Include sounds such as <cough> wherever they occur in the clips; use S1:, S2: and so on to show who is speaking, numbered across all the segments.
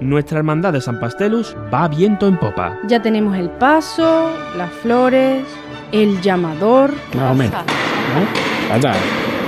S1: Nuestra hermandad de San Pastelus va viento en popa.
S2: Ya tenemos el paso, las flores, el llamador.
S3: Más o menos. ¿no? Anda,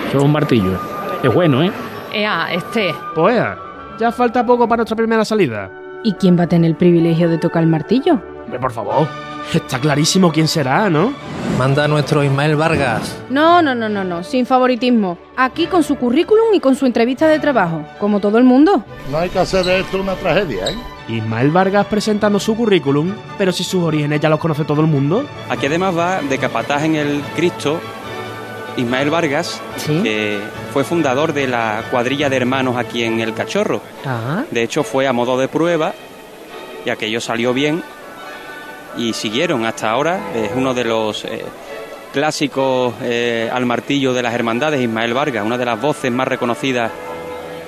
S3: eso es un martillo. Es bueno, ¿eh?
S4: E
S5: Ea, este.
S1: Poea, Pues ya falta poco para nuestra primera salida.
S2: ¿Y quién va a tener el privilegio de tocar el martillo?
S1: Hombre, por favor, está clarísimo quién será, ¿no?
S6: Manda a nuestro Ismael Vargas.
S2: No, no, no, no, no, sin favoritismo. Aquí con su currículum y con su entrevista de trabajo, como todo el mundo.
S7: No hay que hacer de esto una tragedia, ¿eh?
S1: Ismael Vargas presentando su currículum, pero si sus orígenes ya los conoce todo el mundo.
S8: Aquí además va de capataz en el Cristo Ismael Vargas,
S5: Sí.
S8: que fue fundador de la cuadrilla de hermanos aquí en El Cachorro.
S5: Ah,
S8: De hecho fue a modo de prueba y aquello salió bien y siguieron hasta ahora. Es uno de los eh, clásicos eh, al martillo de las hermandades, Ismael Vargas, una de las voces más reconocidas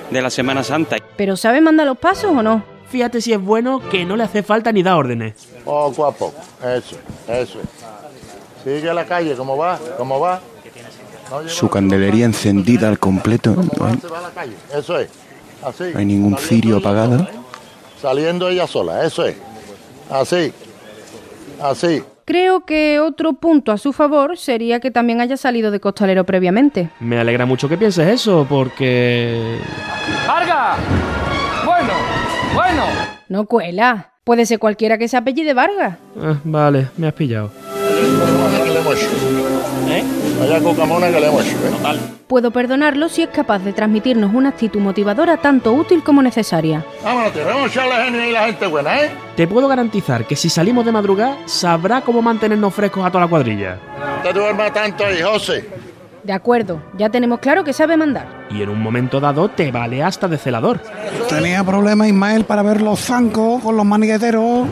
S8: de la Semana Santa.
S2: ¿Pero sabe mandar los pasos o no?
S1: Fíjate si es bueno que no le hace falta ni da órdenes.
S7: Poco a poco. Eso, eso. Sigue la calle, ¿cómo va? ¿Cómo va? No lleva-
S9: Su candelería encendida al completo. No hay,
S7: Se va a la calle, eso es. Así.
S9: no hay ningún
S7: Saliendo
S9: cirio
S7: ella
S9: apagado.
S7: sola, ¿eh? Saliendo ella sola, eso es. Así. Así.
S2: Creo que otro punto a su favor sería que también haya salido de costalero previamente.
S1: Me alegra mucho que pienses eso, porque...
S10: ¡Vargas! Bueno, bueno.
S2: No cuela. Puede ser cualquiera que se apellide Vargas.
S1: Ah, vale, me has pillado.
S7: Cucamona que le hemos hecho. Vaya cucamona que le hemos hecho, ¿eh?
S2: Puedo perdonarlo si es capaz de transmitirnos una actitud motivadora tanto útil como necesaria.
S7: Vámonos, tío. Vamos a echarle genio y la gente buena, ¿eh?
S1: Te puedo garantizar que si salimos de madrugada, sabrá cómo mantenernos frescos a toda la cuadrilla.
S7: Te duermas tanto ahí, José.
S2: De acuerdo, ya tenemos claro que sabe mandar.
S1: Y en un momento dado te vale hasta de celador.
S11: Tenía problemas Ismael para ver los zancos con los maniqueteros.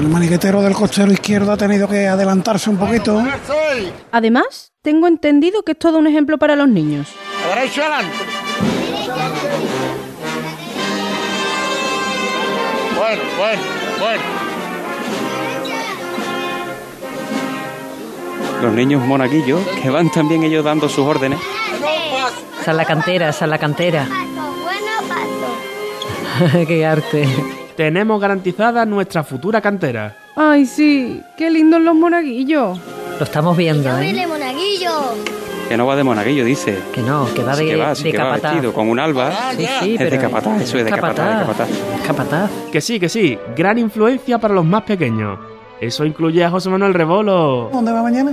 S11: El maniquetero del costero izquierdo ha tenido que adelantarse un poquito.
S7: Soy.
S2: Además, tengo entendido que es todo un ejemplo para los niños.
S7: Derecho adelante. Bueno, bueno, bueno.
S8: Los niños monaguillos, que van también ellos dando sus órdenes.
S5: esa es la cantera, esa es la cantera. <laughs>
S12: bueno paso.
S5: Qué arte.
S1: Tenemos garantizada nuestra futura cantera.
S2: Ay, sí, qué lindos los monaguillos.
S5: Lo estamos viendo, ¿eh?
S12: monaguillo!
S8: Que no va de monaguillo, dice.
S5: Que no, que va
S8: Sí
S5: de,
S8: que va, sí
S5: de
S8: que va
S5: capataz.
S8: vestido con un alba.
S5: Sí, sí,
S8: Es de
S5: pero
S8: capataz, eso es de capataz, de
S5: Es capataz.
S1: Que sí, que sí, gran influencia para los más pequeños. Eso incluye a José Manuel Rebolo.
S11: ¿Dónde va mañana?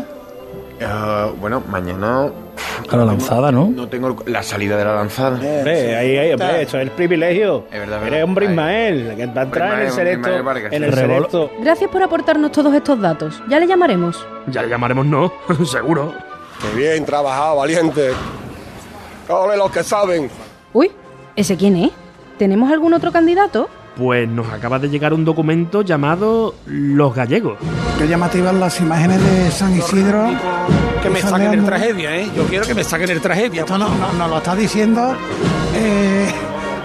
S13: Ah, bueno, mañana
S3: A la lanzada, ¿no?
S13: no tengo el- la salida de la lanzada.
S10: Hombre, ahí, ahí, hombre, eso es el privilegio.
S13: Es verdad,
S10: Eh, Eres
S13: verdad.
S10: hombre
S13: Ahí.
S10: Ismael, que va a entrar en el
S13: Ismael,
S10: selecto.
S13: Ismael Vargas.
S10: En el
S3: Revol-
S10: selecto.
S2: Gracias por aportarnos todos estos datos. Ya le llamaremos.
S1: Ya le llamaremos no, <laughs> seguro.
S13: Qué bien trabajado, valiente. Ole los que saben.
S2: Uy, ¿ese quién es? ¿Tenemos algún otro candidato?
S1: Pues nos acaba de llegar un documento llamado Los Gallegos.
S11: Qué llamativas las imágenes de San Isidro.
S10: Que me
S11: salen
S10: saquen el tragedia, ¿eh? Yo quiero que me saquen el tragedia.
S11: Esto nos no, nos lo está diciendo eh,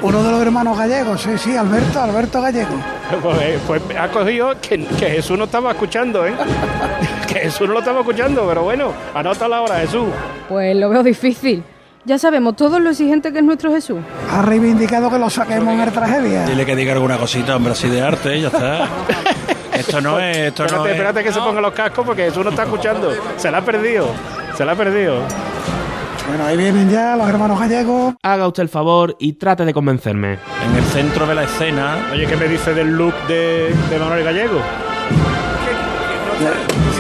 S11: uno de los hermanos gallegos, sí, sí, Alberto, Alberto Gallego.
S10: <laughs> Pues, pues ha cogido que, que Jesús no estaba escuchando, ¿eh? <laughs> que Jesús no lo estaba escuchando, pero bueno, anota la hora, Jesús.
S2: Pues lo veo difícil. Ya sabemos todo lo exigente que es nuestro Jesús.
S11: Ha reivindicado que lo saquemos en el tragedia.
S3: Dile que diga alguna cosita, hombre, así de arte, ya
S11: <laughs>
S3: está. Esto no es, esto
S10: espérate,
S3: no es.
S10: espérate que se pongan los cascos porque Jesús no está escuchando. Se la ha perdido. Se la ha perdido.
S11: Bueno, ahí vienen ya los hermanos gallegos.
S1: Haga usted el favor y trate de convencerme.
S3: En el centro de la escena,
S10: Oye, ¿qué me dice del look de, de Manuel Gallego?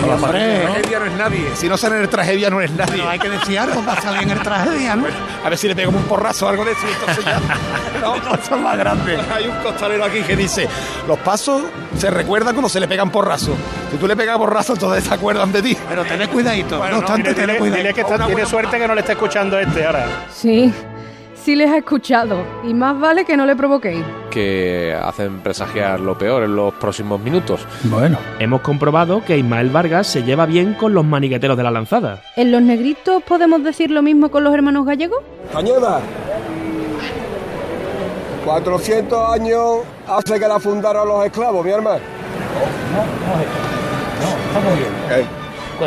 S3: hombre,
S10: no es nadie. Si no sale en el tragedia, no es nadie.
S11: No hay que decir algo para salir en el tragedia, ¿no?
S10: A ver si le pego un porrazo o algo de eso. Entonces
S11: <laughs>
S10: ya. más grande. Hay un costalero aquí que dice: Los pasos se recuerdan cuando se le pegan porrazos. Si tú le pegas porrazo, entonces se acuerdan de ti.
S11: Pero tened cuidadito, no obstante, tened cuidado.
S10: tiene suerte que no le está escuchando este ahora.
S2: Sí, sí les ha escuchado. Y más vale que no le provoquéis.
S6: Que hacen presagiar lo peor en los próximos minutos.
S3: Bueno,
S1: Hemos comprobado que Ismael Vargas se lleva bien con los maniqueteros de la lanzada.
S2: ¿En los negritos podemos decir lo mismo con los hermanos gallegos?
S13: Cañada. 400 años hace que la fundaron los esclavos, mi hermano.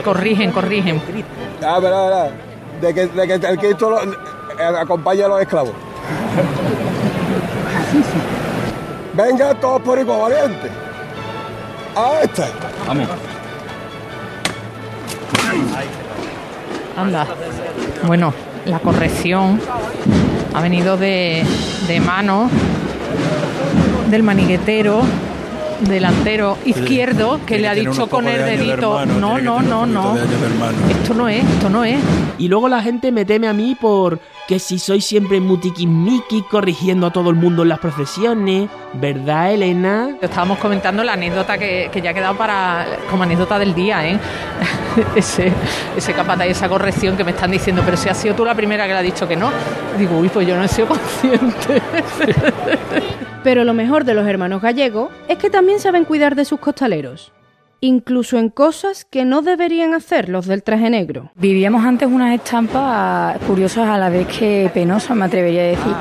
S5: Corrigen, corrigen.
S13: Ah, verá, verá. De que, de que el Cristo lo- eh, acompaña a los esclavos. Venga todos por igual, valiente. A este.
S8: Amén.
S4: Anda. Bueno, la corrección ha venido de, de mano del maniguetero delantero izquierdo que le ha dicho con el dedito no no no no esto no es esto no es
S1: Y luego la gente me teme a mí por que si soy siempre mutiquismiqui corrigiendo a todo el mundo en las procesiones, ¿verdad, Elena?
S4: estábamos comentando la anécdota que, que ya ha quedado para como anécdota del día ¿eh? <laughs> ese ese capataz y esa corrección que me están diciendo pero si has sido tú la primera que le ha dicho que no digo uy pues yo no he sido <laughs> consciente
S2: Pero lo mejor de los hermanos gallegos es que también saben cuidar de sus costaleros, incluso en cosas que no deberían hacer los del traje negro.
S14: Vivíamos antes unas estampas curiosas a la vez que penosas, me atrevería a decir,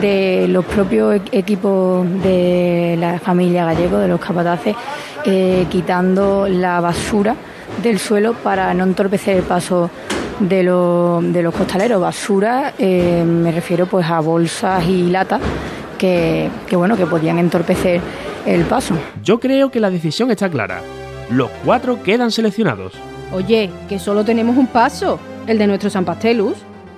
S14: de los propios e- equipos de la familia gallego, de los capataces, eh, quitando la basura del suelo para no entorpecer el paso de, los- de los costaleros. Basura, eh, me refiero pues a bolsas y latas que, que bueno, que podían entorpecer el paso.
S1: Yo creo que la decisión está clara. Los cuatro quedan seleccionados.
S2: Oye, que solo tenemos un paso, el de nuestro San Pastelus.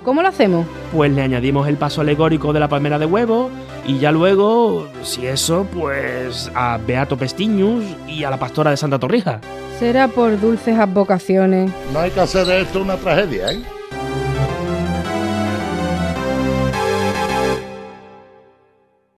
S2: ¿Cómo lo hacemos?
S1: Pues le añadimos el paso alegórico de la palmera de huevo y ya luego, si eso, pues a Beato Pestiñus y a la pastora de Santa Torrija.
S2: Será por dulces advocaciones.
S7: No hay que hacer de esto una tragedia, ¿eh?